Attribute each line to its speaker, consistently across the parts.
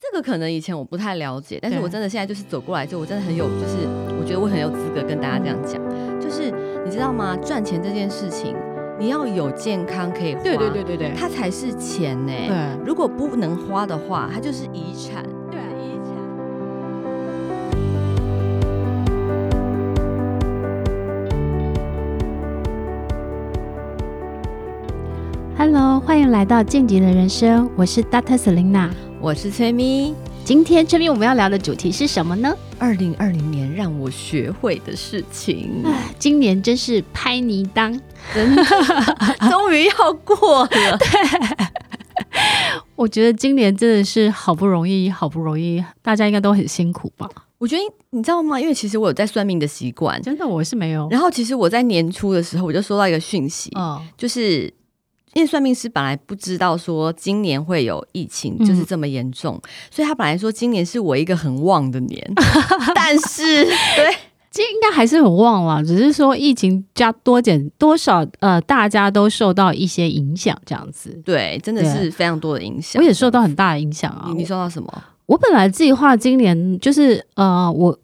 Speaker 1: 这个可能以前我不太了解，但是我真的现在就是走过来之后，我真的很有，就是我觉得我很有资格跟大家这样讲，就是你知道吗？赚钱这件事情，你要有健康可以花，
Speaker 2: 对对对对对，
Speaker 1: 它才是钱呢、
Speaker 2: 对
Speaker 1: 如果不能花的话，它就是遗产。
Speaker 2: 对一产。
Speaker 3: Hello，欢迎来到晋级的人生，我是 Dr. Selina。
Speaker 1: 我是崔咪，
Speaker 3: 今天这边我们要聊的主题是什么呢？
Speaker 1: 二零二零年让我学会的事情，
Speaker 3: 唉今年真是拍泥当。
Speaker 1: 真的终于要过了。
Speaker 3: 我觉得今年真的是好不容易，好不容易，大家应该都很辛苦吧？
Speaker 1: 我觉得你知道吗？因为其实我有在算命的习惯，
Speaker 3: 真的，我是没有。
Speaker 1: 然后其实我在年初的时候我就收到一个讯息，
Speaker 2: 嗯
Speaker 3: 哦，
Speaker 1: 就是因为算命师本来不知道说今年会有疫情，
Speaker 3: 嗯
Speaker 1: 就是这么严重，所以他本来说今年是我一个很旺的 年，但是对
Speaker 3: 这应该还是很旺了，只是说疫情加多减多少，呃，大家都受到一些影响，这样子。
Speaker 1: 对，真的是非常多的影响。
Speaker 3: 我也受到很大的影响啊
Speaker 1: 你。你受到什么？
Speaker 3: 我本来计划今年就是呃，我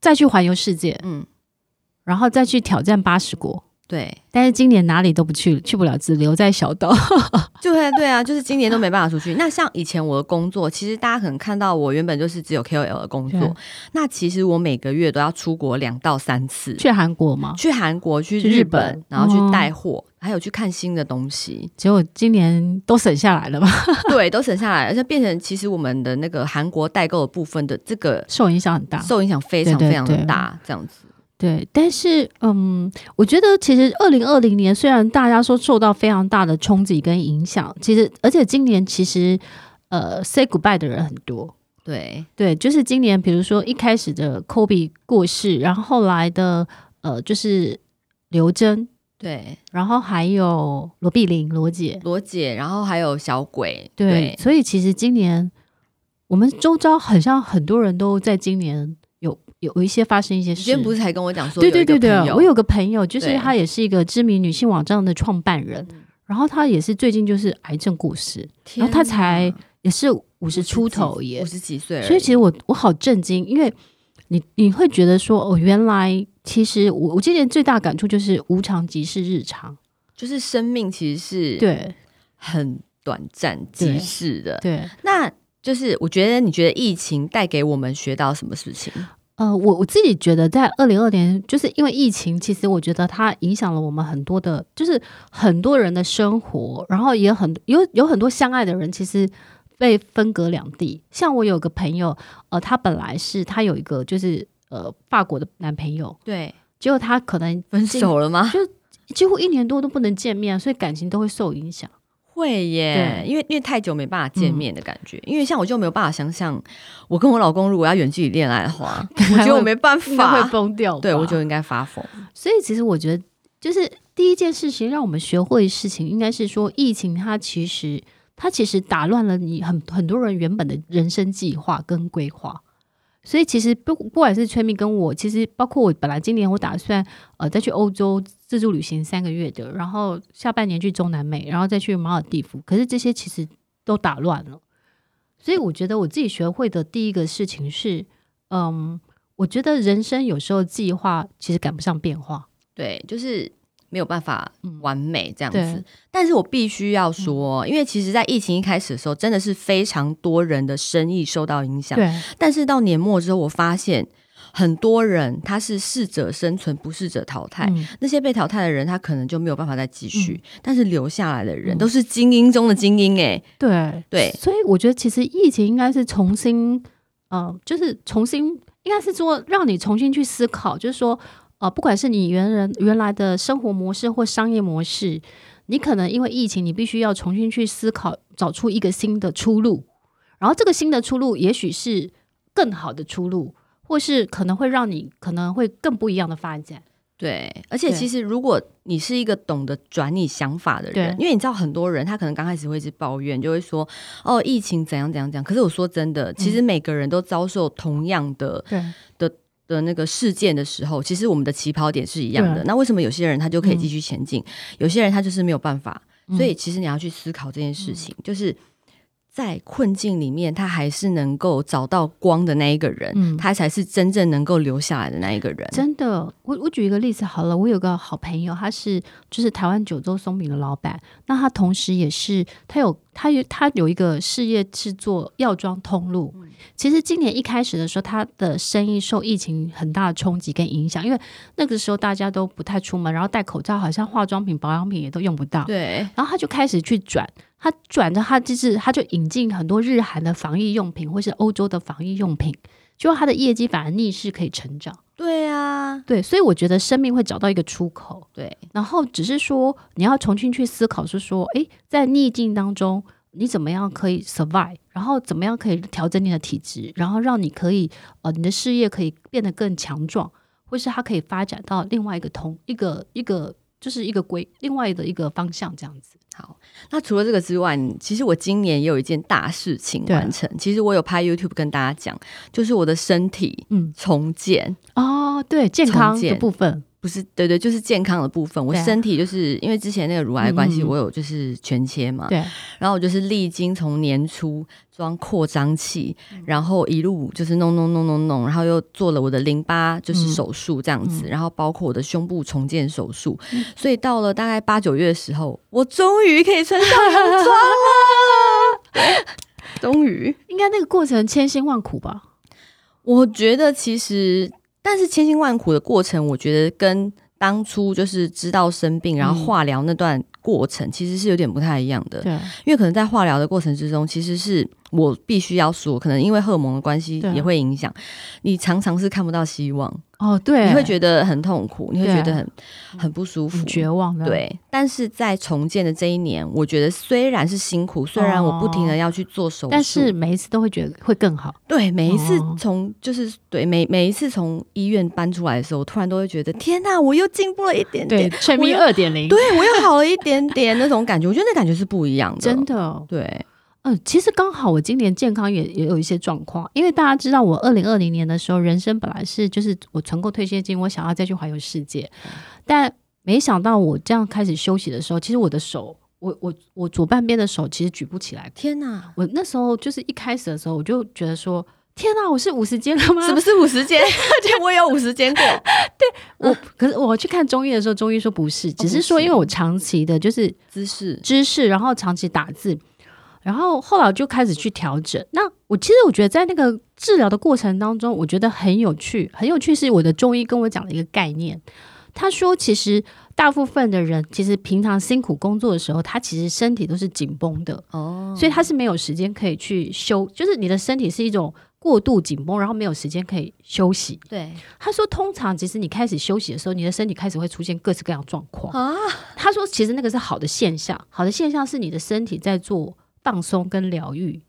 Speaker 3: 再去环游世界，
Speaker 1: 嗯，
Speaker 3: 然后再去挑战八十国。
Speaker 1: 对，
Speaker 3: 但是今年哪里都不去，去不了，只留在小岛。
Speaker 1: 就对对啊，就是今年都没办法出去。那像以前我的工作，其实大家可能看到我原本就是只有 KOL 的工
Speaker 3: 对
Speaker 1: 作，那其实我每个月都要出国两到三次，
Speaker 3: 去韩国吗？
Speaker 1: 去韩国、去
Speaker 3: 去
Speaker 1: 日
Speaker 3: 日
Speaker 1: 本，
Speaker 3: 本
Speaker 1: 然后去
Speaker 3: 哦
Speaker 1: 带货，还有去看新的东西。
Speaker 3: 结果今年都省下来了吧？
Speaker 1: 对，都省下来了，而且变成其实我们的那个韩国代购的部分的这个
Speaker 3: 受影响很大。
Speaker 1: 受影响非常
Speaker 3: 对对
Speaker 1: 非常的
Speaker 3: 对
Speaker 1: 大，这样子。
Speaker 3: 对，但是嗯，我觉得其实二零二零年虽然大家说受到非常大的冲击跟影响，其实而且今年其实呃 say goodbye 的人很多。
Speaker 1: 对，
Speaker 3: 对，就是今年，比如说一开始的 Kobe 过世，然后后来的呃就是刘真，
Speaker 1: 对，
Speaker 3: 然后还有罗碧玲罗姐，
Speaker 1: 罗姐，然后还有小鬼，
Speaker 3: 对，所以其实今年我们周遭好像很多人都在今年有有有一些发生一些
Speaker 1: 你
Speaker 3: 事
Speaker 1: 今。天不是才跟我讲说，
Speaker 3: 对对对对，我有个朋友，就
Speaker 1: 对
Speaker 3: 是她也是一个知名女性网站的创办人，然后她也是最近就是癌症过世，
Speaker 1: 天哪，
Speaker 3: 然后他才也是五十出头耶
Speaker 1: 五，十几岁而已，
Speaker 3: 所以其实我我好震惊，因为你你会觉得说哦，原来其实我我今年最大感触就是无常即是日常，
Speaker 1: 就是生命其实是
Speaker 3: 对
Speaker 1: 很短暂
Speaker 3: 对
Speaker 1: 即逝的。
Speaker 3: 对，
Speaker 1: 那就是我觉得，你觉得疫情带给我们学到什么事情？
Speaker 3: 呃，我我自己觉得，在二零二年，就是因为疫情，其实我觉得它影响了我们很多的，就是很多人的生活，然后也很有有很多相爱的人，其实被分隔两地。像我有个朋友，呃，他本来是他有一个就是呃法国的男朋友，
Speaker 1: 对，
Speaker 3: 结果他可能
Speaker 1: 分手了吗？
Speaker 3: 几乎一年多都不能见面，啊所以感情都会受影响。
Speaker 1: 会耶，
Speaker 3: 对嗯
Speaker 1: 因为因为太久没办法见面的感觉，因为像我就没有办法想象，我跟我老公如果要远距离恋爱的 话，我觉得我没办
Speaker 3: 应该会
Speaker 1: 法，
Speaker 3: 崩掉吧，嗯
Speaker 1: 对我就应该发疯。
Speaker 3: 所以其实我觉得，就是第一件事情让我们学会的事情，应该是说，疫情它其实它其实打乱了你很很多人原本的人生计划跟规划。所以其实不不管是崔蜜跟我，其实包括我本来今年我打算呃再去欧洲自助旅行三个月的，然后下半年去中南美，然后再去马尔蒂夫。可是这些其实都打乱了。所以我觉得我自己学会的第一个事情是，嗯，我觉得人生有时候计划其实赶不上变化。
Speaker 1: 对，就是没有办法
Speaker 3: 嗯
Speaker 1: 完美这样子。
Speaker 3: 对嗯
Speaker 1: 但是我必须要说，因为其实，在疫情一开始的时候，真的是非常多人的生意受到影响。
Speaker 3: 对
Speaker 1: 但是到年末之后，我发现很多人他是适者生存，不适者淘汰。
Speaker 3: 嗯
Speaker 1: 那些被淘汰的人，他可能就没有办法再继续，但是留下来的人
Speaker 3: 嗯
Speaker 1: 都是精英中的精英、哎、
Speaker 3: 对
Speaker 1: 对
Speaker 3: 所以我觉得其实疫情应该是重新，呃，就是重新，应该是说让你重新去思考，就是说，呃，不管是你原人原来的生活模式或商业模式，你可能因为疫情，你必须要重新去思考，找出一个新的出路。然后这个新的出路，也许是更好的出路，或是可能会让你可能会更不一样的发展。
Speaker 1: 对，而且
Speaker 3: 对
Speaker 1: 其实如果你是一个懂得转你想法的人，
Speaker 3: 对
Speaker 1: 因为你知道很多人他可能刚开始会一直抱怨，就会说哦疫情怎样怎样怎样。可是我说真的，其
Speaker 3: 嗯
Speaker 1: 实每个人都遭受同样的
Speaker 3: 对，
Speaker 1: 的那个事件的时候，其实我们的起跑点是一样的
Speaker 3: 对。
Speaker 1: 那为什么有些人他就可以继续前进，有些人他就是没有办法？
Speaker 3: 嗯
Speaker 1: 所以其实你要去思考这件事情，就是在困境里面，他还是能够找到光的那一个人，
Speaker 3: 嗯
Speaker 1: 他才是真正能够留下来的那一个人。
Speaker 3: 真的，我我举一个例子好了，我有个好朋友，他是就是台湾九州松饼的老板，那他同时也是他有他有他有一个事业是做药妆通路。其实今年一开始的时候，他的生意受疫情很大的冲击跟影响，因为那个时候大家都不太出门，然后戴口罩，好像化妆品、保养品也都用不到。
Speaker 1: 对，
Speaker 3: 然后他就开始去转，他转着他就是他就引进很多日韩的防疫用品或是欧洲的防疫用品，结果他的业绩反而逆势可以成长。
Speaker 1: 对啊，
Speaker 3: 对，所以我觉得生命会找到一个出口，
Speaker 1: 对，
Speaker 3: 然后只是说你要重新去思考，是说，诶，在逆境当中，你怎么样可以 survive，然后怎么样可以调整你的体质，然后让你可以呃你的事业可以变得更强壮，或是它可以发展到另外一个通一个一个就是一个规另外的一个方向这样子。
Speaker 1: 好，那除了这个之外，你其实我今年也有一件大事情
Speaker 3: 对啊
Speaker 1: 完成。其实我有拍 YouTube 跟大家讲，就是我的身体
Speaker 3: 嗯，
Speaker 1: 重建，
Speaker 3: 哦，对，健
Speaker 1: 重
Speaker 3: 康的
Speaker 1: 建
Speaker 3: 部分，
Speaker 1: 不是对对，就是健康的部分。我
Speaker 3: 对啊
Speaker 1: 身体就是因为之前那个乳癌的关系，
Speaker 3: 嗯嗯嗯
Speaker 1: 我有就是全切嘛，
Speaker 3: 对，
Speaker 1: 然后我就是历经从年初装扩张器，然后一路就是弄弄弄弄弄，然后又做了我的淋巴就是手术这样子，然后包括我的胸部重建手术，所以到了大概八九月的时候，我终于可以穿上洋装了，终于。
Speaker 3: 应该那个过程千辛万苦吧？
Speaker 1: 我觉得其实，但是千辛万苦的过程，我觉得跟当初就是知道生病然后
Speaker 3: 嗯
Speaker 1: 化疗那段过程，其实是有点不太一样的。
Speaker 3: 对，
Speaker 1: 因为可能在化疗的过程之中，其实是我必须要说，可能因为荷尔蒙的关系
Speaker 3: 对啊
Speaker 1: 也会影响，你常常是看不到希望，
Speaker 3: 哦，对，
Speaker 1: 你会觉得很痛苦，你会
Speaker 3: 对啊
Speaker 1: 觉得很很不舒服
Speaker 3: 很。绝望的，，
Speaker 1: 对，但是在重建的这一年，我觉得虽然是辛苦，虽然我不停的要去做手术，
Speaker 3: 哦但是每一次都会觉得会更好。
Speaker 1: 对每一次
Speaker 3: 哦
Speaker 1: 从、就是对每每一次从医院搬出来的时候，我突然都会觉得天哪、我又进步了一点
Speaker 3: 对，
Speaker 1: 点，
Speaker 3: 催
Speaker 1: 我
Speaker 3: 命
Speaker 1: 又
Speaker 3: 二点零，
Speaker 1: 对我又好了一点点那种感觉，我觉得那感觉是不一样的，
Speaker 3: 真的，
Speaker 1: 对，
Speaker 3: 嗯，其实刚好我今年健康也也有一些状况，因为大家知道我二零二零年的时候，人生本来是就是我存够退休金，我想要再去环游世界，但没想到我这样开始休息的时候，其实我的手，我我我左半边的手其实举不起来。
Speaker 1: 天哪、
Speaker 3: 我那时候就是一开始的时候，我就觉得说，天哪，我是五十斤了吗？
Speaker 1: 是不是五十间？ 对，我也有五十间过。
Speaker 3: 我可是我去看中医的时候，中医哦说不是，只是说因为我长期的就是
Speaker 1: 姿势
Speaker 3: 知识，然后长期打字，然后后来我就开始去调整。那我其实我觉得在那个治疗的过程当中，我觉得很有趣，很有趣是我的中医跟我讲了一个概念，他说其实大部分的人其实平常辛苦工作的时候，他其实身体都是紧绷的，
Speaker 1: 哦，
Speaker 3: 所以他是没有时间可以去休，就是你的身体是一种过度紧绷，然后没有时间可以休息。
Speaker 1: 对
Speaker 3: 他说，通常其实你开始休息的时候，你的身体开始会出现各式各样的状况。
Speaker 1: 啊，
Speaker 3: 他说，其实那个是好的现象，好的现象是你的身体在做放松跟疗愈。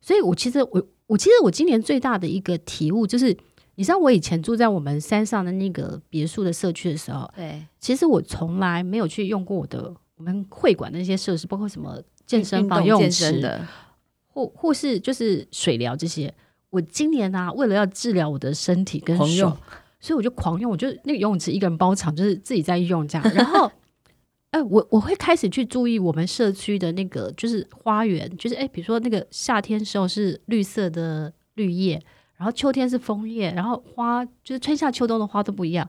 Speaker 3: 所以我其实我我其实我今年最大的一个体悟就是，你知道我以前住在我们山上的那个别墅的社区的时候，
Speaker 1: 对，
Speaker 3: 其实我从来没有去用过我的我们会馆的那些设施，包括什么健身房、
Speaker 1: 运动
Speaker 3: 游泳
Speaker 1: 健身
Speaker 3: 池
Speaker 1: 的，
Speaker 3: 或或是就是水疗这些。我今年啊，为了要治疗我的身体跟
Speaker 1: 狂用
Speaker 3: 手，所以我就狂用，我就那个游泳池一个人包场，就是自己在用这样。然 后，哎、我我会开始去注意我们社区的那个就是花园，就是哎、比如说那个夏天时候是绿色的绿叶，然后秋天是枫叶，然后花就是春夏秋冬的花都不一样。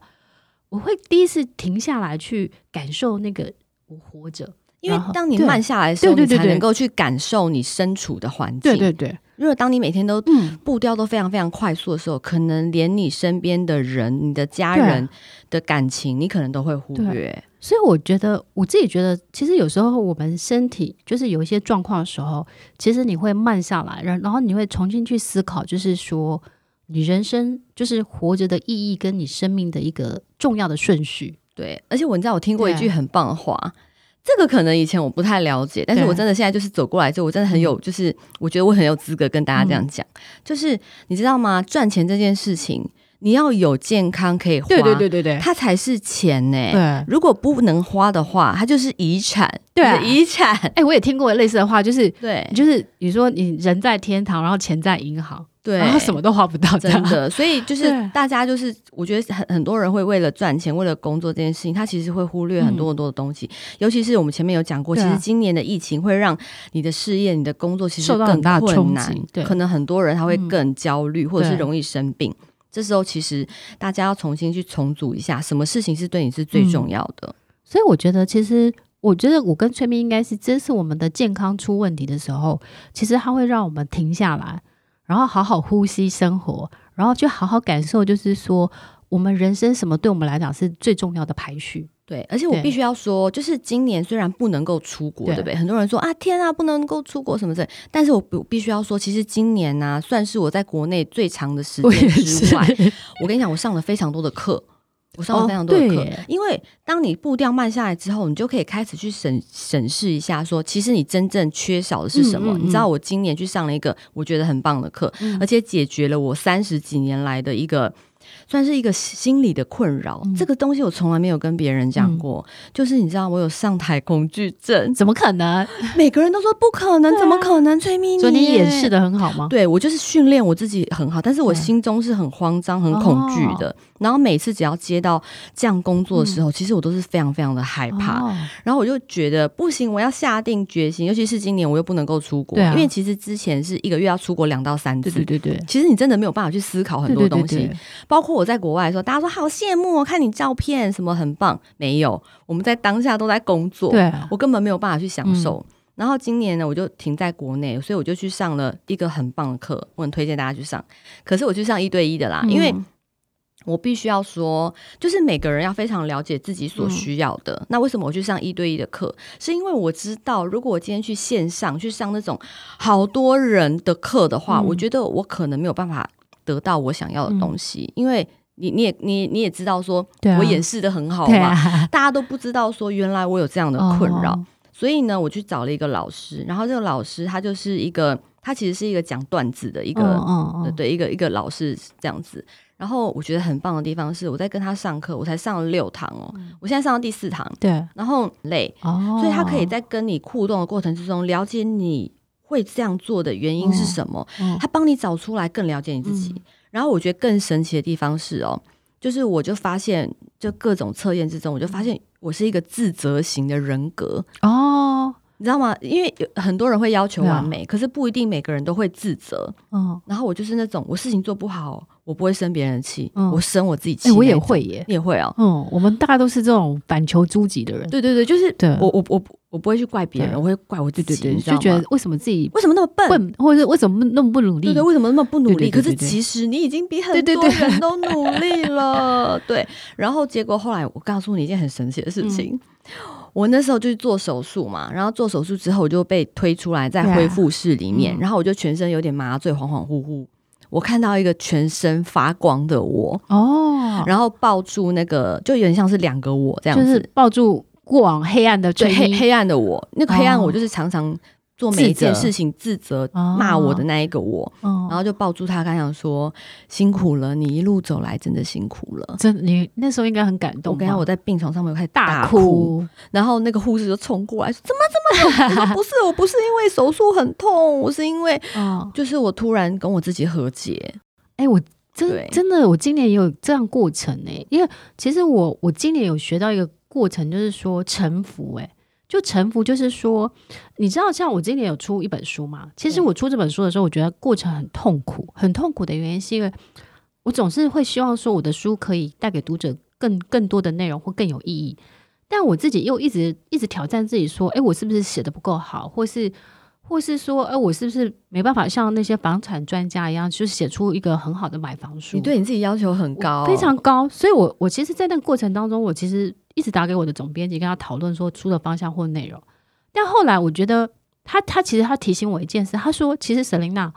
Speaker 3: 我会第一次停下来去感受那个我活着，
Speaker 1: 因为
Speaker 3: 然后
Speaker 1: 当你
Speaker 3: 对
Speaker 1: 慢下来的时候，
Speaker 3: 对对
Speaker 1: 你
Speaker 3: 对
Speaker 1: 才
Speaker 3: 对
Speaker 1: 能够去感受你身处的环境。
Speaker 3: 对，
Speaker 1: 如果当你每天都
Speaker 3: 嗯，
Speaker 1: 步调都非常非常快速的时候，可能连你身边的人、你的家
Speaker 3: 对啊
Speaker 1: 人的感情，你可能都会忽略。
Speaker 3: 所以我觉得我自己觉得，其实有时候我们身体就是有一些状况的时候，其实你会慢下来，然然后你会重新去思考，就是说你人生就是活着的意义跟你生命的一个重要的顺序。
Speaker 1: 对，而且我你知道，我听过一句
Speaker 3: 对
Speaker 1: 很棒的话。这个可能以前我不太了解，但是
Speaker 3: 对嗯
Speaker 1: 我真的现在就是走过来之后，我真的很有，就是我觉得我很有资格跟大家这样讲，就是你知道吗？赚钱这件事情，你要有健康可以花，
Speaker 2: 对对对对对，
Speaker 1: 它才是钱呢、
Speaker 2: 对
Speaker 1: 如果不能花的话，它就是遗产，
Speaker 3: 对啊
Speaker 1: 就是遗产，
Speaker 3: 哎、我也听过类似的话，就是
Speaker 1: 对
Speaker 3: 就是你说你人在天堂，然后钱在银行，
Speaker 1: 对，
Speaker 3: 然后什么都花不到，这
Speaker 1: 真
Speaker 3: 样。
Speaker 1: 的，所以就是
Speaker 3: 对
Speaker 1: 大家就是，我觉得很很多人会为了赚钱，为了工作这件事情，他其实会忽略很多很多的东西。尤其是我们前面有讲过，
Speaker 3: 嗯对
Speaker 1: 其
Speaker 3: 啊
Speaker 1: 实今年的疫情会让你的事业、你的工作其实
Speaker 3: 受到
Speaker 1: 更
Speaker 3: 啊很大的
Speaker 1: 困
Speaker 3: 冲
Speaker 1: 难
Speaker 3: 击对，
Speaker 1: 可能很多人他会
Speaker 3: 嗯
Speaker 1: 更焦虑，或者是
Speaker 3: 对
Speaker 1: 容易生病。这时候，其实大家要重新去重组一下，什么事情是对你是最
Speaker 3: 嗯
Speaker 1: 重要的。
Speaker 3: 所以我觉得，其实我觉得我跟崔明应该是，这次我们的健康出问题的时候，其实它会让我们停下来，然后好好呼吸生活，然后就好好感受，就是说我们人生什么对我们来讲是最重要的排序。
Speaker 1: 对，而且我
Speaker 3: 对
Speaker 1: 必须要说，就是今年虽然不能够出国，
Speaker 3: 对
Speaker 1: 对不对？很多人说啊，天啊，不能够出国什么之类，但是我不必须要说，其实今年呢、算是我在国内最长的时间之外。我跟你讲，我上了非常多的课，我上了非常多的
Speaker 3: 哦
Speaker 1: 课，
Speaker 3: 对耶
Speaker 1: 因为当你步调慢下来之后，你就可以开始去审审视一下说其实你真正缺少的是什么。
Speaker 3: 嗯嗯嗯
Speaker 1: 你知道，我今年去上了一个我觉得很棒的课，
Speaker 3: 嗯
Speaker 1: 而且解决了我三十几年来的一个。算是一个心理的困扰，
Speaker 3: 嗯
Speaker 1: 这个东西我从来没有跟别人讲过。就是你知道，我有上台恐惧 症，
Speaker 3: 怎么可 能？
Speaker 1: 每个人都说不可能，
Speaker 3: 对啊
Speaker 1: 怎么可能？崔咪，
Speaker 3: 所以你掩
Speaker 1: 耶
Speaker 3: 饰的很好吗？
Speaker 1: 对我就是训练我自己很好，但是我
Speaker 3: 对哦
Speaker 1: 心中是很慌张、很恐惧的。然后每次只要接到这样工作的时候，其实我都是非常非常的害怕。
Speaker 3: 嗯哦
Speaker 1: 然后我就觉得不行，我要下定决心，尤其是今年我又不能够出国，
Speaker 3: 对啊
Speaker 1: 因为其实之前是一个月要出国两到三次。
Speaker 3: 对对对对，
Speaker 1: 其实你真的没有办法去思考很多
Speaker 3: 对对
Speaker 1: 东西，
Speaker 3: 对对
Speaker 1: 包括我在国外的时候，大家说好羡慕哦，看你照片什么很棒，没有，我们在当下都在工作，
Speaker 3: 对
Speaker 1: 我根本没有办法去享受。
Speaker 3: 嗯
Speaker 1: 然后今年呢，我就停在国内，所以我就去上了一个很棒的课，我很推荐大家去上。可是我去上一对一的啦，因为
Speaker 3: 嗯
Speaker 1: 我必须要说，就是每个人要非常了解自己
Speaker 3: 嗯
Speaker 1: 所需要的。那为什么我去上一对一的课？是因为我知道，如果我今天去线上去上那种好多人的课的话，
Speaker 3: 嗯
Speaker 1: 我觉得我可能没有办法得到我想要的东西，因为你你也你你也知道说，
Speaker 3: 嗯对啊
Speaker 1: 我掩饰的很好
Speaker 3: 对
Speaker 1: 嘛，
Speaker 3: 啊，
Speaker 1: 大家都不知道说原来我有这样的困扰。
Speaker 3: 哦
Speaker 1: 所以呢，我去找了一个老师，然后这个老师他就是一个，他其实是一个讲段子的一个，
Speaker 3: 嗯
Speaker 1: 对
Speaker 3: 嗯
Speaker 1: 对，一个一个老师这样子。然后我觉得很棒的地方是，我在跟他上课，我才上了六堂哦，我现在上到第四堂，
Speaker 3: 对
Speaker 1: 然后很累，
Speaker 3: 哦，
Speaker 1: 所以他可以在跟你互动的过程之中了解你会这样做的原因是什么，
Speaker 3: 嗯
Speaker 1: 他帮你找出来，更了解你自己。然后我觉得更神奇的地方是哦，就是我就发现，就各种测验之中，我就发现我是一个自责型的人格。
Speaker 3: 哦
Speaker 1: 你知道吗？因为有很多人会要求
Speaker 3: 对啊
Speaker 1: 完美，可是不一定每个人都会自责。
Speaker 3: 嗯，
Speaker 1: 然后我就是那种，我事情做不好，我不会生别人的气，
Speaker 3: 嗯
Speaker 1: 我生我自己气那
Speaker 3: 哎，
Speaker 1: 种。
Speaker 3: 我也会耶，
Speaker 1: 你也会哦。
Speaker 3: 嗯，我们大概都是这种反求诸己的人，
Speaker 1: 对对对，就是
Speaker 3: 对
Speaker 1: 我我我不我不会去怪别人，
Speaker 3: 对
Speaker 1: 我会怪我自己，你知道
Speaker 3: 就
Speaker 1: 吗？
Speaker 3: 觉得为什么自己
Speaker 1: 为什么那么笨？
Speaker 3: 笨，或者是为什么那么不努力？
Speaker 1: 对对，为什么那么不努
Speaker 3: 对对对
Speaker 1: 力？
Speaker 3: 对
Speaker 1: 可是
Speaker 3: 对
Speaker 1: 其实你已经比很
Speaker 3: 对对
Speaker 1: 多
Speaker 3: 对
Speaker 1: 人都努力 了。对，然后结果后来我告诉你一件很神奇的事情，
Speaker 3: 嗯
Speaker 1: 我那时候就去做手术嘛，然后做手术之后我就被推出来在
Speaker 3: 对啊
Speaker 1: 恢复室里面，
Speaker 3: 嗯
Speaker 1: 然后我就全身有点麻醉，恍恍惚惚，我看到一个全身发光的我，
Speaker 3: 哦，
Speaker 1: 然后抱住那个就有点像是两个我这样
Speaker 3: 就
Speaker 1: 子，
Speaker 3: 是抱住过往黑暗的
Speaker 1: 就
Speaker 3: 追
Speaker 1: 黑
Speaker 3: 忆
Speaker 1: 黑暗的我，那个黑暗我就是常常做每一件
Speaker 3: 自责
Speaker 1: 事情自责、
Speaker 3: 哦
Speaker 1: 骂我的那一个我。
Speaker 3: 嗯，
Speaker 1: 然后就抱住他，跟他讲说：“辛苦了，你一路走来真的辛苦了。
Speaker 3: 真你那时候应该很感”
Speaker 1: 我
Speaker 3: 动吧，
Speaker 1: 跟他我在病床上面我开始
Speaker 3: 大
Speaker 1: 哭，
Speaker 3: 哭，
Speaker 1: 然后那个护士就冲过来说：“怎么怎么了？”我说：“不是，我不是因为手术很痛，我是因为
Speaker 3: 嗯，
Speaker 1: 就是我突然跟我自己和解。
Speaker 3: 哎，我真
Speaker 1: 对
Speaker 3: 真的，我今年也有这样过程哎、因为其实我我今年有学到一个过程，就是说臣服哎、就臣服就是说，你知道像我今年有出一本书嘛，其实
Speaker 1: 对
Speaker 3: 我出这本书的时候，我觉得过程很痛苦，很痛苦的原因是因为我总是会希望说我的书可以带给读者更更多的内容或更有意义，但我自己又一直一直挑战自己说，哎，我是不是写的不够好，或是或是说，哎、我是不是没办法像那些房产专家一样，就是写出一个很好的买房书？
Speaker 1: 你对你自己要求很
Speaker 3: 我
Speaker 1: 高，
Speaker 3: 非常高。所以我我其实，在那个过程当中，我其实一直打给我的总编辑，跟他讨论说书的方向或内容。但后来我觉得他他其实他提醒我一件事，他说其实沈琳娜，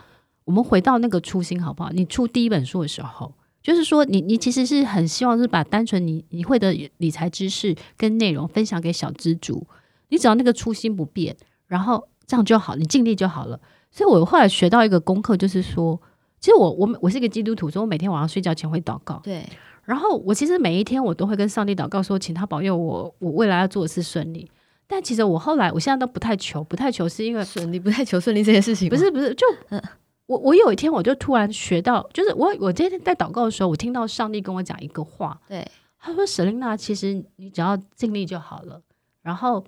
Speaker 3: 我们回到那个初心好不好？你出第一本书的时候。就是说你，你其实是很希望是把单纯你你会的理财知识跟内容分享给小资族，你只要那个初心不变，然后这样就好，你尽力就好了。所以我后来学到一个功课，就是说，其实我我我是一个基督徒，所以我每天晚上睡觉前会祷告。
Speaker 1: 对，
Speaker 3: 然后我其实每一天我都会跟上帝祷告说，请他保佑我，我未来要做的事顺利。但其实我后来，我现在都不太求，不太求是因为
Speaker 1: 顺利不太求顺利这件事情吗，
Speaker 3: 不是不是，就
Speaker 1: 嗯
Speaker 3: 我我有一天我就突然学到，就是我我今天在祷告的时候，我听到上帝跟我讲一个话，
Speaker 1: 对，
Speaker 3: 他说：“舍琳娜，其实你只要尽力就好了，然后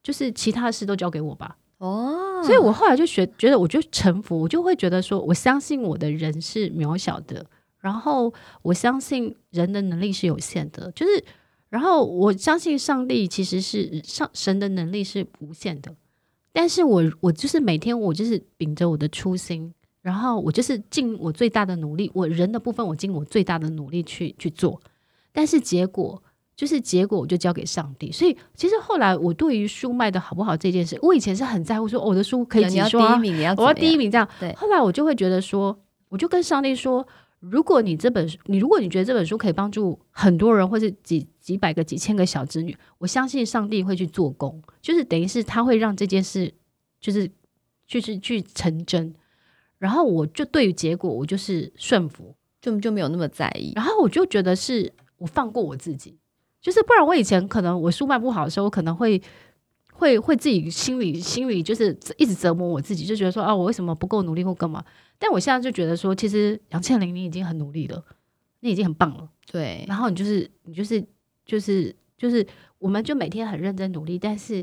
Speaker 3: 就是其他的事都交给我吧。
Speaker 1: 哦，
Speaker 3: 所以我后来就学觉得，我就臣服，我就会觉得说，我相信我的人是渺小的，然后我相信人的能力是有限的，就是，然后我相信上帝其实是上神的能力是无限的，但是我我就是每天我就是秉着我的初心，然后我就是尽我最大的努力，我人的部分我尽我最大的努力去去做，但是结果。就是结果我就交给上帝，所以其实后来我对于书卖的好不好这件事，我以前是很在乎说，哦、我的书可以
Speaker 1: 你
Speaker 3: 几
Speaker 1: 要第
Speaker 3: 刷
Speaker 1: 一，名，你要
Speaker 3: 我要第一
Speaker 1: 名，
Speaker 3: 名这样。
Speaker 1: 对
Speaker 3: 后来我就会觉得说，我就跟上帝说，如果你这本书，你如果你觉得这本书可以帮助很多人，或是几几百个、几千个小子女，我相信上帝会去做工，就是等于是他会让这件事，就是就是去成真。然后我就对于结果，我就是顺服，
Speaker 1: 就就没有那么在意，
Speaker 3: 然后我就觉得是我放过我自己，就是不然我以前可能我书卖不好的时候，我可能会会会自己心里心里就是一直折磨我自己，就觉得说啊，我为什么不够努力或干嘛？但我现在就觉得说，其实杨倩玲你已经很努力了，你已经很棒了，
Speaker 1: 对，
Speaker 3: 然后你就是你就是就是就是，我们就每天很认真努力，但是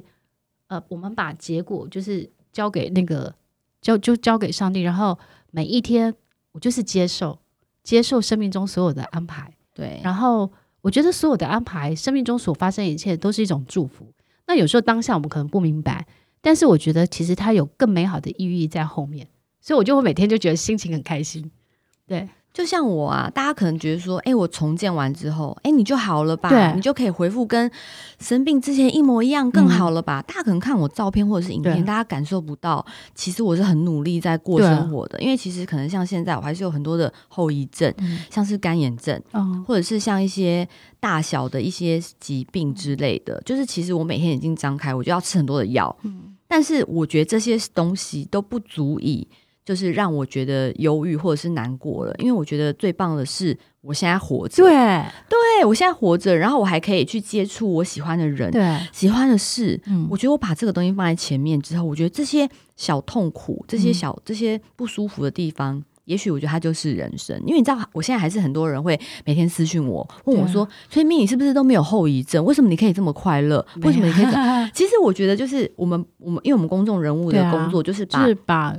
Speaker 3: 呃，我们把结果就是交给那个交就交给上帝，然后每一天我就是接受接受生命中所有的安排，
Speaker 1: 对，
Speaker 3: 然后我觉得所有的安排，生命中所发生的一切都是一种祝福。那有时候当下我们可能不明白，但是我觉得其实它有更美好的寓意在后面，所以我就会每天就觉得心情很开心。对
Speaker 1: 就像我啊，大家可能觉得说，哎、我重建完之后，哎、你就好了吧，
Speaker 3: 对嗯
Speaker 1: 你就可以恢复跟生病之前一模一样，更好了吧？大家可能看我照片或者是影片，
Speaker 3: 对
Speaker 1: 大家感受不到，其实我是很努力在过生活的，因为其实可能像现在，我还是有很多的后遗症，
Speaker 3: 嗯
Speaker 1: 像是干眼症，
Speaker 3: 嗯，
Speaker 1: 或者是像一些大小的一些疾病之类的，就是其实我每天眼睛张开，我就要吃很多的药，
Speaker 3: 嗯
Speaker 1: 但是我觉得这些东西都不足以，就是让我觉得忧郁或者是难过了，因为我觉得最棒的是我现在活着，
Speaker 3: 对
Speaker 1: 对我现在活着，然后我还可以去接触我喜欢的人，
Speaker 3: 对，
Speaker 1: 喜欢的事。
Speaker 3: 嗯
Speaker 1: 我觉得我把这个东西放在前面之后，我觉得这些小痛苦、这
Speaker 3: 嗯
Speaker 1: 些小、这些不舒服的地方，也许我觉得它就是人生。因为你知道，我现在还是很多人会每天私讯我，问我
Speaker 3: 对啊
Speaker 1: 说：“崔咪，你是不是都没有后遗症？为什么你可以这么快乐？为什么你可以这 么？”
Speaker 3: 以
Speaker 1: 其实我觉得，就是我们我们因为我们公众人物
Speaker 3: 对
Speaker 1: 的
Speaker 3: 啊
Speaker 1: 工作，就是把
Speaker 3: 就是把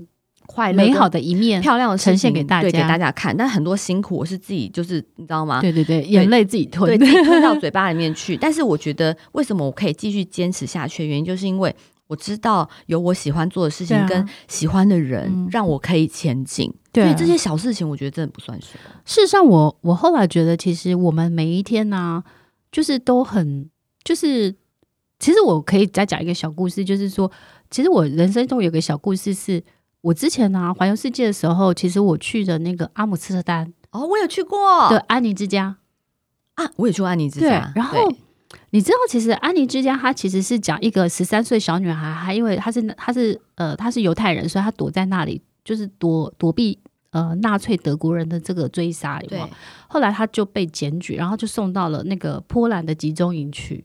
Speaker 1: 快乐、
Speaker 3: 美好、的一面，
Speaker 1: 漂亮的事情
Speaker 3: 呈现给大
Speaker 1: 对给
Speaker 3: 家
Speaker 1: 大家看。但很多辛苦，我是自己就是你知道吗？
Speaker 3: 对对对，眼泪自己
Speaker 1: 对，
Speaker 3: 吞
Speaker 1: 自己吞到嘴巴里面去。但是我觉得，为什么我可以继续坚持下去？原因就是因为我知道有我喜欢做的事
Speaker 3: 对
Speaker 1: 情
Speaker 3: 啊
Speaker 1: 跟喜欢的人，
Speaker 3: 嗯
Speaker 1: 让我可以前进。
Speaker 3: 对啊
Speaker 1: 所以这些小事情，我觉得真的不算什么。
Speaker 3: 事实上我，我后来觉得，其实我们每一天呢、就是都很，就是其实我可以再讲一个小故事，就是说，其实我人生中有个小故事是，我之前呢、环游世界的时候，其实我去的那个阿姆斯特丹
Speaker 1: 哦，我有去过
Speaker 3: 的安妮之家，
Speaker 1: 啊，我有去过安妮之
Speaker 3: 对
Speaker 1: 家。
Speaker 3: 然后你知道，其实安妮之家它其实是讲一个十三岁小女孩，她因为她是她是呃她是犹太人，所以她躲在那里，就是躲躲避呃纳粹德国人的这个追杀，有没有
Speaker 1: 对
Speaker 3: 后来他就被检举，然后就送到了那个波兰的集中营去。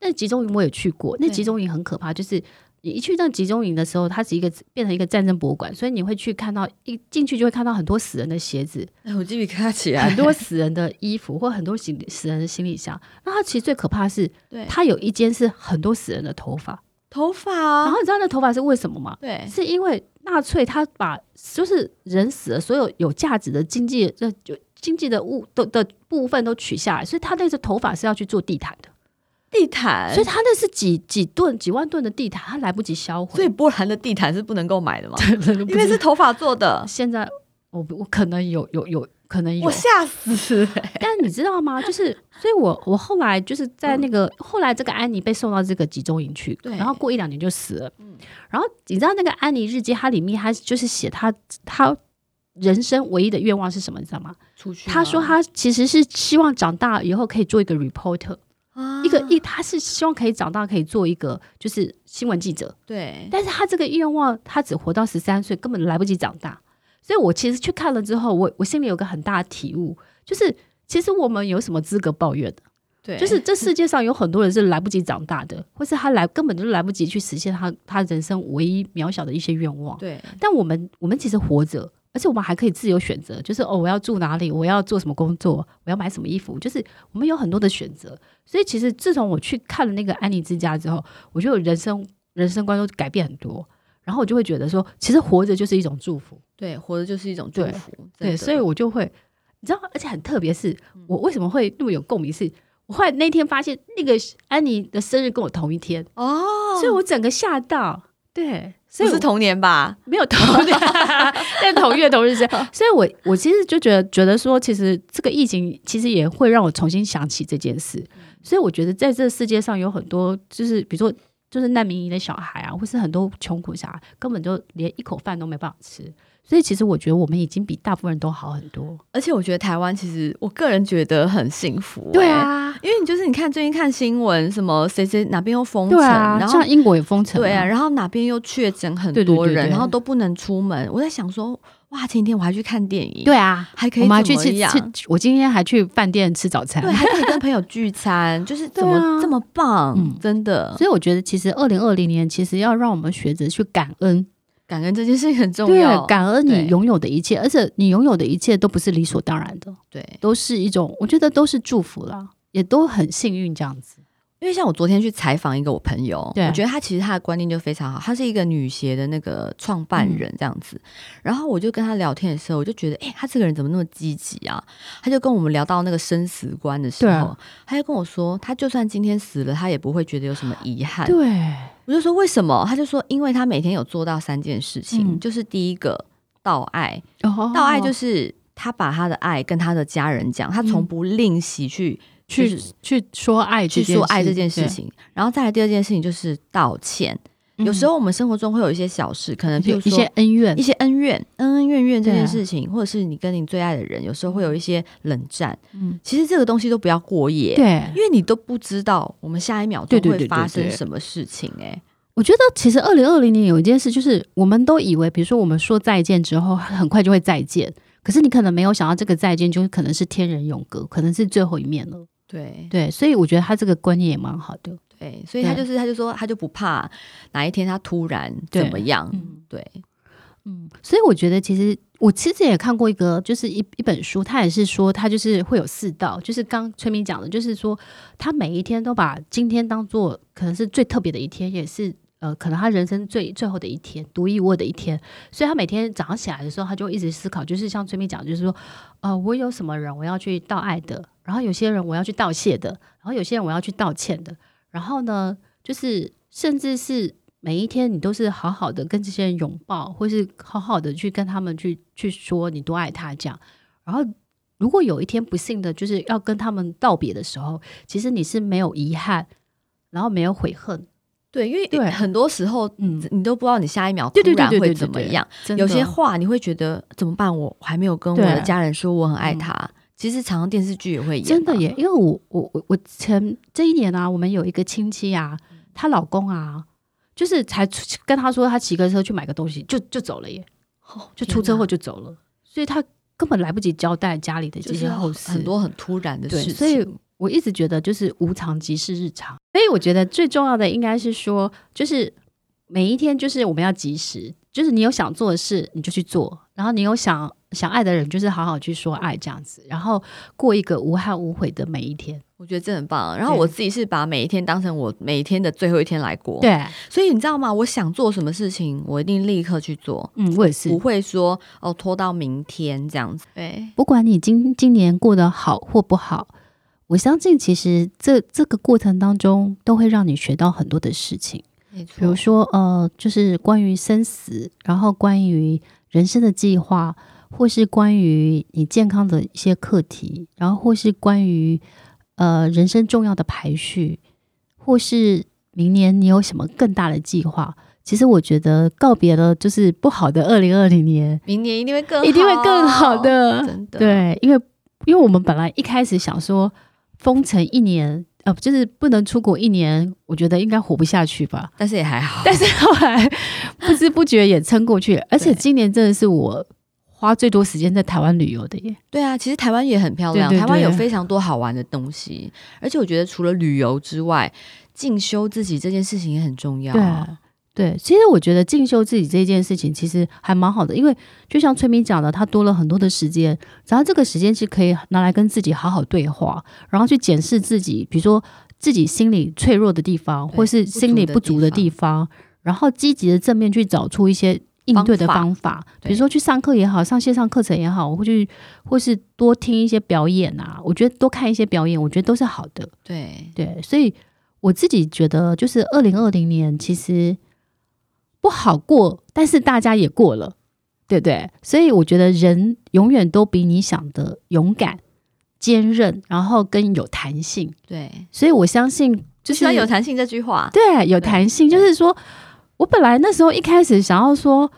Speaker 3: 那集中营我也去过，那
Speaker 1: 对
Speaker 3: 集中营很可怕，就是你一去那集中营的时候，它是一个变成一个战争博物馆，所以你会去看到一进去就会看到很多死人的鞋子，
Speaker 1: 哎，我鸡皮疙瘩起
Speaker 3: 很多死人的衣服或很多行死人的行李箱。那它其实最可怕的是，
Speaker 1: 对，
Speaker 3: 它有一间是很多死人的头发，
Speaker 1: 头发
Speaker 3: 然
Speaker 1: 啊，
Speaker 3: 后你知道那头发是为什么吗？
Speaker 1: 对
Speaker 3: 是因为纳粹他把就是人死了所有有价值的经济这就经济的物的的部分都取下来，所以他那个头发是要去做地毯的，
Speaker 1: 地毯，
Speaker 3: 所以他那是几几吨几万吨的地毯，他来不及销毁，
Speaker 1: 所以波兰的地毯是不能够买的吗？
Speaker 3: 以
Speaker 1: 因为是头发做 的，
Speaker 3: 现在我我可能有有有可能有
Speaker 1: 我，吓死、欸
Speaker 3: 但你知道吗？ 就是所以我我后来就是在那个、后来这个安妮被送到这个集中营去，
Speaker 1: 嗯对嗯
Speaker 3: 然后过一两年就死了，然后你知道那个安妮日记，它里面它就是写他他人生唯一的愿望是什么，你知道吗？
Speaker 1: 出去吗，
Speaker 3: 他说他其实是希望长大以后可以做一个 reporter，、
Speaker 1: 啊
Speaker 3: 一个一他是希望可以长大可以做一个就是新闻记者，
Speaker 1: 对
Speaker 3: 但是他这个愿望他只活到十三岁，根本来不及长大，所以我其实去看了之后，我我心里有个很大的体悟，就是其实我们有什么资格抱怨的？
Speaker 1: 对，
Speaker 3: 就是这世界上有很多人是来不及长大的，或是他来根本就来不及去实现他他人生唯一渺小的一些愿望。
Speaker 1: 对
Speaker 3: 但我们我们其实活着，而且我们还可以自由选择，就是哦，我要住哪里，我要做什么工作，我要买什么衣服，就是我们有很多的选择。所以其实自从我去看了那个安妮之家之后，我觉得我人生人生观都改变很多，然后我就会觉得说，其实活着就是一种祝福。
Speaker 1: 对，活着就是一种祝
Speaker 3: 对
Speaker 1: 福。真
Speaker 3: 对，
Speaker 1: 的
Speaker 3: 所以我就会，嗯你知道，而且很特别是，我为什么会那么有共鸣是？我后来那天发现，那个安妮的生日跟我同一天，
Speaker 1: 哦，
Speaker 3: 所以我整个吓到。对，
Speaker 1: 不
Speaker 3: 所以
Speaker 1: 是
Speaker 3: 我
Speaker 1: 童年吧？
Speaker 3: 没有 同年，但同月同日 生，所以我我其实就觉得觉得说，其实这个疫情其实也会让我重新想起这件事，所以我觉得在这世界上有很多就是比如说就是难民营的小孩啊，或是很多穷苦小孩，根本就连一口饭都没办法吃，所以其实我觉得我们已经比大部分人都好很多。
Speaker 1: 而且我觉得台湾其实，我个人觉得很幸福、
Speaker 3: 对，啊，
Speaker 1: 因为你就是你看最近看新闻，什么谁谁哪边又封城，
Speaker 3: 对啊，
Speaker 1: 然后
Speaker 3: 像英国也封城、
Speaker 1: 对啊，，然后哪边又确诊很
Speaker 3: 对对
Speaker 1: 多
Speaker 3: 对
Speaker 1: 人，
Speaker 3: 对
Speaker 1: 然后都不能出门。我在想说，哇，前几天我还去看电影，
Speaker 3: 对，啊，
Speaker 1: 还可以
Speaker 3: 我们还
Speaker 1: 怎
Speaker 3: 去
Speaker 1: 么
Speaker 3: 吃
Speaker 1: 样
Speaker 3: 吃，我今天还去饭店吃早餐
Speaker 1: 对，。还可以跟朋友聚餐， 就是怎么、
Speaker 3: 对啊
Speaker 1: 这么棒，
Speaker 3: 嗯
Speaker 1: 真的
Speaker 3: 所以我觉得，其实二零二零年其实要让我们学着去感恩，
Speaker 1: 感恩这件事情很重
Speaker 3: 对
Speaker 1: 要，，
Speaker 3: 感恩
Speaker 1: 对
Speaker 3: 你拥有的一切，而且你拥有的一切都不是理所当然的，
Speaker 1: 对。
Speaker 3: 都是一种，我觉得都是祝福啦，也都很幸运这样子。
Speaker 1: 因为像我昨天去采访一个我朋友，
Speaker 3: 对
Speaker 1: 我觉得他其实他的观念就非常好，他是一个女鞋的那个创办
Speaker 3: 嗯
Speaker 1: 人这样子。然后我就跟他聊天的时候，我就觉得，哎、他这个人怎么那么积极啊？他就跟我们聊到那个生死观的时
Speaker 3: 对
Speaker 1: 候
Speaker 3: 啊，
Speaker 1: 他就跟我说，他就算今天死了，他也不会觉得有什么遗憾。
Speaker 3: 对，
Speaker 1: 我就说为什么？他就说，因为他每天有做到三件事情，
Speaker 3: 嗯
Speaker 1: 就是第一个道爱，
Speaker 3: 哦
Speaker 1: 道爱就是他把他的爱跟他的家人讲，他从
Speaker 3: 嗯
Speaker 1: 不吝惜去、
Speaker 3: 去
Speaker 1: 就是
Speaker 3: 去说爱这
Speaker 1: 去
Speaker 3: 件事，
Speaker 1: 说爱这件事情。然后再来第二件事情就是道歉。
Speaker 3: 对，
Speaker 1: 有时
Speaker 3: 候
Speaker 1: 候我们生活中会有一些小事，可能譬
Speaker 3: 有
Speaker 1: 如
Speaker 3: 嗯一
Speaker 1: 说
Speaker 3: 些恩怨
Speaker 1: 一，些恩怨、恩恩怨怨这
Speaker 3: 对啊
Speaker 1: 件事情，或者是你跟你最爱的人，有时候会有一些冷战。
Speaker 3: 嗯，
Speaker 1: 其实这个东西都不要过夜。
Speaker 3: 对，
Speaker 1: 因为你都不知道我们下一秒钟
Speaker 3: 对对
Speaker 1: 会
Speaker 3: 对对
Speaker 1: 发生
Speaker 3: 对
Speaker 1: 什么事情、哎，
Speaker 3: 我觉得其实二零二零年有一件事，就是我们都以为，比如说我们说再见之后，很快就会再见，可是你可能没有想到这个再见，就可能是天人永隔，可能是最后一面了。
Speaker 1: 对
Speaker 3: 对，所以我觉得他这个观念也蛮好的。
Speaker 1: 对，所以他
Speaker 3: 对啊
Speaker 1: 就是他就说他就不怕哪一天他突然
Speaker 3: 对
Speaker 1: 怎么样，
Speaker 3: 嗯
Speaker 1: 对
Speaker 3: 嗯，所以我觉得其实我其实也看过一个，就是一一本书，它也是说它就是会有四道，就是刚崔明讲的，就是说他每一天都把今天当做可能是最特别的一天，也是。呃，可能他人生最最后的一天，呃独一无二的一天，所以他每天早上起来的时候，他就一直思考，就是像崔明讲，就是说，呃，我有什么人我要去道爱的，然后有些人我要去道谢的，然后有些人我要去道歉的，然后呢，就是甚至是每一天你都是好好的跟这些人拥抱，或是好好的去跟他们去去说你多爱他这样。然后如果有一天不幸的就是要跟他们道别的时候，其实你是没有遗憾，然后没有悔恨，
Speaker 1: 对，因为
Speaker 3: 对
Speaker 1: 很多时候
Speaker 3: 嗯，
Speaker 1: 你都不知道你下一秒突
Speaker 3: 对对对
Speaker 1: 然
Speaker 3: 对
Speaker 1: 会
Speaker 3: 对，
Speaker 1: 怎么
Speaker 3: 对
Speaker 1: 样，？
Speaker 3: 真
Speaker 1: 有些
Speaker 3: 的
Speaker 1: 话你会觉得怎么办？我我还没有跟我
Speaker 3: 对
Speaker 1: 的家人说我很爱
Speaker 3: 嗯
Speaker 1: 他，其实常常电视剧也会演，
Speaker 3: 真的，耶，因为我我我我前这一年啊，我们有一个亲戚啊，她老公啊，就是才出去跟她说他骑个车去买个东西，就就走了耶。
Speaker 1: 哦
Speaker 3: 就出车祸
Speaker 1: 天
Speaker 3: 就走了，所以他根本来不及交代家里的
Speaker 1: 哪
Speaker 3: 这
Speaker 1: 就是
Speaker 3: 些后事。
Speaker 1: 很多很突然的
Speaker 3: 对，
Speaker 1: 事情，
Speaker 3: 所以我一直觉得就是无常即是日常，所以我觉得最重要的应该是说，就是每一天就是我们要及时，就是你有想做的事你就去做，然后你有想想爱的人就是好好去说爱这样子，然后过一个无憾无悔的每一天。
Speaker 1: 我觉得这很棒。然后我
Speaker 3: 对
Speaker 1: 自己是把每一天当成我每一天的最后一天来过，，
Speaker 3: 对，
Speaker 1: 所以你知道吗？我想做什么事情，我一定立刻去做。
Speaker 3: 嗯，我也是
Speaker 1: 不。会说哦拖到明天这样子。对
Speaker 3: 不管你今今年过得好或不好，我相信其实这这个过程当中都会让你学到很多的事情，
Speaker 1: 没
Speaker 3: 比如
Speaker 1: 错，
Speaker 3: 说呃，就是关于生死，然后关于人生的计划，或是关于你健康的一些课题，然后或是关于呃人生重要的排序，或是明年你有什么更大的计划。其实我觉得告别了就是不好的二零二零年，
Speaker 1: 明年一定会更好
Speaker 3: 一定会更好，的。
Speaker 1: 真的。
Speaker 3: 对，因为因为我们本来一开始想说封城一年，呃，就是不能出国一年，我觉得应该活不下去吧。
Speaker 1: 但是也还好，
Speaker 3: 但是后来不知不觉也撑过去，而且
Speaker 1: 对
Speaker 3: 今年真的是我花最多时间在台湾旅游的耶。
Speaker 1: 对啊，其实台湾也很漂亮，
Speaker 3: 对对对
Speaker 1: 台湾有非常多好玩的东西，而且我觉得除了旅游之外，进修自己这件事情也很重要、啊。
Speaker 3: 对，其实我觉得进修自己这件事情其实还蛮好的，因为就像崔明讲的，他多了很多的时间，然后这个时间是可以拿来跟自己好好对话，然后去检视自己，比如说自己心里脆弱的地方，
Speaker 1: 对
Speaker 3: 或是心理不
Speaker 1: 不
Speaker 3: 足
Speaker 1: 足
Speaker 3: 的
Speaker 1: 的
Speaker 3: 地
Speaker 1: 地
Speaker 3: 方，然后积极的正面去找出一些应对的方
Speaker 1: 方
Speaker 3: 法，
Speaker 1: 对
Speaker 3: 比如说去上课也好，上线上课程也好，或去或是多听一些表演啊，我觉得多看一些表演，我觉得都是好的。
Speaker 1: 对，
Speaker 3: 对，所以我自己觉得，就是二零二零年其实不好过，但是大家也过了，对不对？所以我觉得人永远都比你想的勇敢、坚韧，然后跟有弹性。
Speaker 1: 对，
Speaker 3: 所以我相信，
Speaker 1: 就
Speaker 3: 就
Speaker 1: 是是有弹性这句话。
Speaker 3: 对
Speaker 1: 对
Speaker 3: 有弹性，就是说我本来那时候一开始想要说，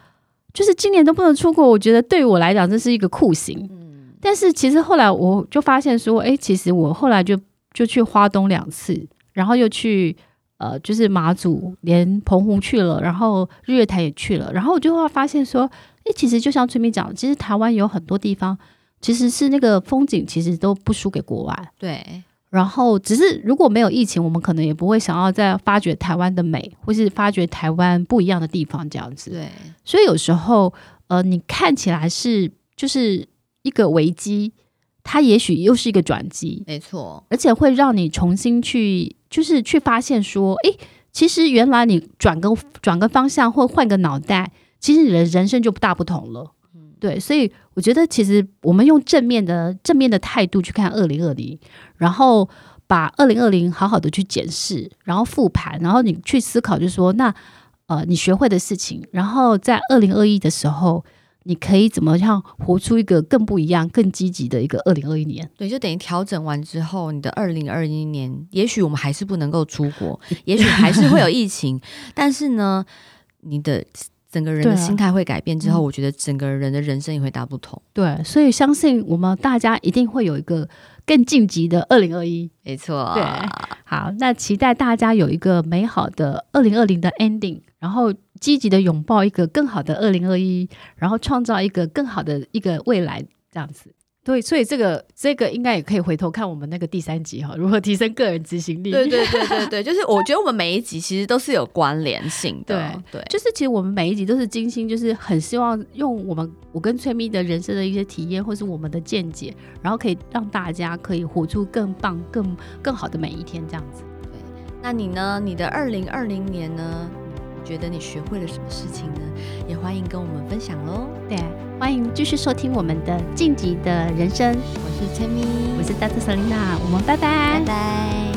Speaker 3: 就是今年都不能出国，我觉得对我来讲这是一个酷刑。
Speaker 1: 嗯，
Speaker 3: 但是其实后来我就发现说，哎、其实我后来就就去花东两次，然后又去呃，就是马祖，连澎湖去了，然后日月潭也去了，然后我就会发现说，哎、其实就像崔明讲的，其实台湾有很多地方其实是那个风景其实都不输给国外，
Speaker 1: 对，
Speaker 3: 然后只是如果没有疫情，我们可能也不会想要再发掘台湾的美，或是发掘台湾不一样的地方这样子。
Speaker 1: 对，
Speaker 3: 所以有时候，呃，你看起来是就是一个危机，它也许又是一个转机，
Speaker 1: 没错，
Speaker 3: 而且会让你重新去，就是去发现说，诶，其实原来你转个转个方向或换个脑袋，其实你的人生就大不同了。对，所以我觉得其实我们用正面的正面的态度去看二零二零，然后把二零二零好好的去检视，然后复盘，然后你去思考，就是说那呃你学会的事情，然后在二零二一的时候，你可以怎么样活出一个更不一样、更积极的一个二零二一年？
Speaker 1: 对，就等于调整完之后，你的二零二一年，也许我们还是不能够出 国，也许还是会有疫情，但是呢，你的整个人
Speaker 3: 对
Speaker 1: 的
Speaker 3: 啊
Speaker 1: 心态会改变之后，
Speaker 3: 嗯
Speaker 1: 我觉得整个人的人生也会大不同。
Speaker 3: 对，所以相信我们大家一定会有一个更晋级的二零二一。
Speaker 1: 没错，
Speaker 3: 对好，那期待大家有一个美好的二零二零的 ending，然后积极的拥抱一个更好的二零二一，然后创造一个更好的一个未来，这样子。对，所以这个这个应该也可以回头看我们那个第三集哈、如何提升个人执行力。
Speaker 1: 对对对对对，就是我觉得我们每一集其实都是有关联性的，对
Speaker 3: 就是其实我们每一集都是精心，就是很希望用我们我跟崔咪的人生的一些体验，或是我们的见解，然后可以让大家可以活出更棒、更更好的每一天，这样子。
Speaker 1: 那你呢？你的二零二零年呢？你觉得你学会了什么事情呢？也欢迎跟我们分享喽。
Speaker 3: 对，欢迎继续收听我们的晋级的人生，
Speaker 1: 我是崔咪，
Speaker 3: 我是 Dr. Selina，我们拜拜
Speaker 1: 拜拜。